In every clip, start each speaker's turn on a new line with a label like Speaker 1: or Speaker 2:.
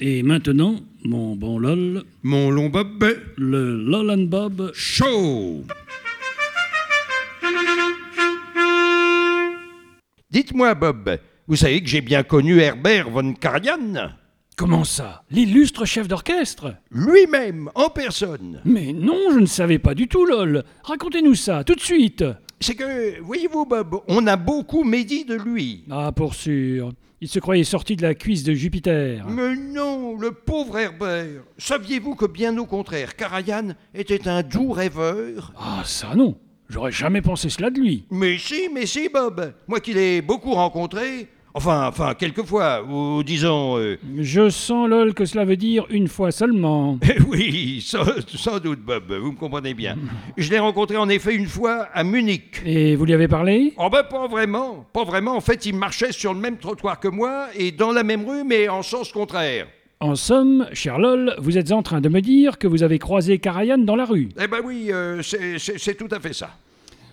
Speaker 1: Et maintenant, mon bon LOL,
Speaker 2: Mon long bob
Speaker 1: le LOL and Bob.
Speaker 2: chaud. Dites-moi, Bob, vous savez que j'ai bien connu Herbert von Karajan
Speaker 1: Comment ça L'illustre chef d'orchestre
Speaker 2: Lui-même, en personne.
Speaker 1: Mais non, je ne savais pas du tout, LOL. Racontez-nous ça, tout de suite.
Speaker 2: C'est que, voyez-vous, Bob, on a beaucoup médit de lui.
Speaker 1: Ah, pour sûr. Il se croyait sorti de la cuisse de Jupiter.
Speaker 2: Mais non, le pauvre Herbert. Saviez-vous que bien au contraire, Karajan était un doux rêveur
Speaker 1: Ah, ça non. J'aurais jamais pensé cela de lui.
Speaker 2: Mais si, mais si, Bob. Moi qui l'ai beaucoup rencontré. Enfin, enfin, quelquefois, ou disons... euh,
Speaker 1: Je sens, LOL, que cela veut dire une fois seulement.
Speaker 2: Eh Oui, sans, sans doute, Bob, vous me comprenez bien. Je l'ai rencontré en effet une fois à Munich.
Speaker 1: Et vous lui avez parlé
Speaker 2: Oh ben pas vraiment, pas vraiment. En fait, il marchait sur le même trottoir que moi et dans la même rue, mais en sens contraire.
Speaker 1: En somme, cher LOL, vous êtes en train de me dire que vous avez croisé Karajan dans la rue.
Speaker 2: Eh ben oui, euh, c'est- c'est c'est tout à fait ça.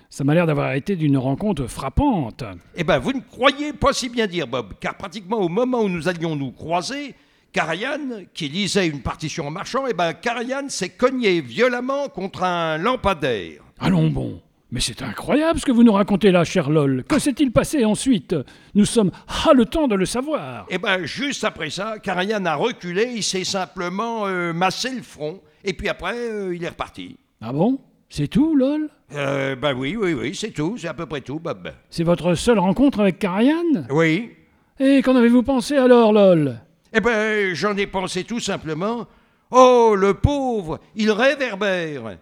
Speaker 1: Ça m'a l'air d'avoir été d'une rencontre frappante.
Speaker 2: Eh ben vous ne croyez pas si bien dire, Bob, car pratiquement au moment où nous allions nous croiser, Karajan, qui lisait une partition en marchant, eh ben Karajan s'est cogné violemment contre un lampadaire.
Speaker 1: Allons bon. Mais c'est incroyable ce que vous nous racontez là, cher LOL. Que s'est-il passé ensuite Nous sommes haletants de le savoir.
Speaker 2: Eh ben, juste après ça, Karajan a reculé, il s'est simplement euh, massé le front, et puis après, euh, il est reparti.
Speaker 1: Ah bon C'est tout, LOL
Speaker 2: Euh, ben oui, oui, oui, c'est tout, c'est à peu près tout, Bob.
Speaker 1: C'est votre seule rencontre avec Karajan
Speaker 2: Oui.
Speaker 1: Et qu'en avez-vous pensé alors, LOL
Speaker 2: Eh ben, j'en ai pensé tout simplement. Oh, le pauvre, il réverbère.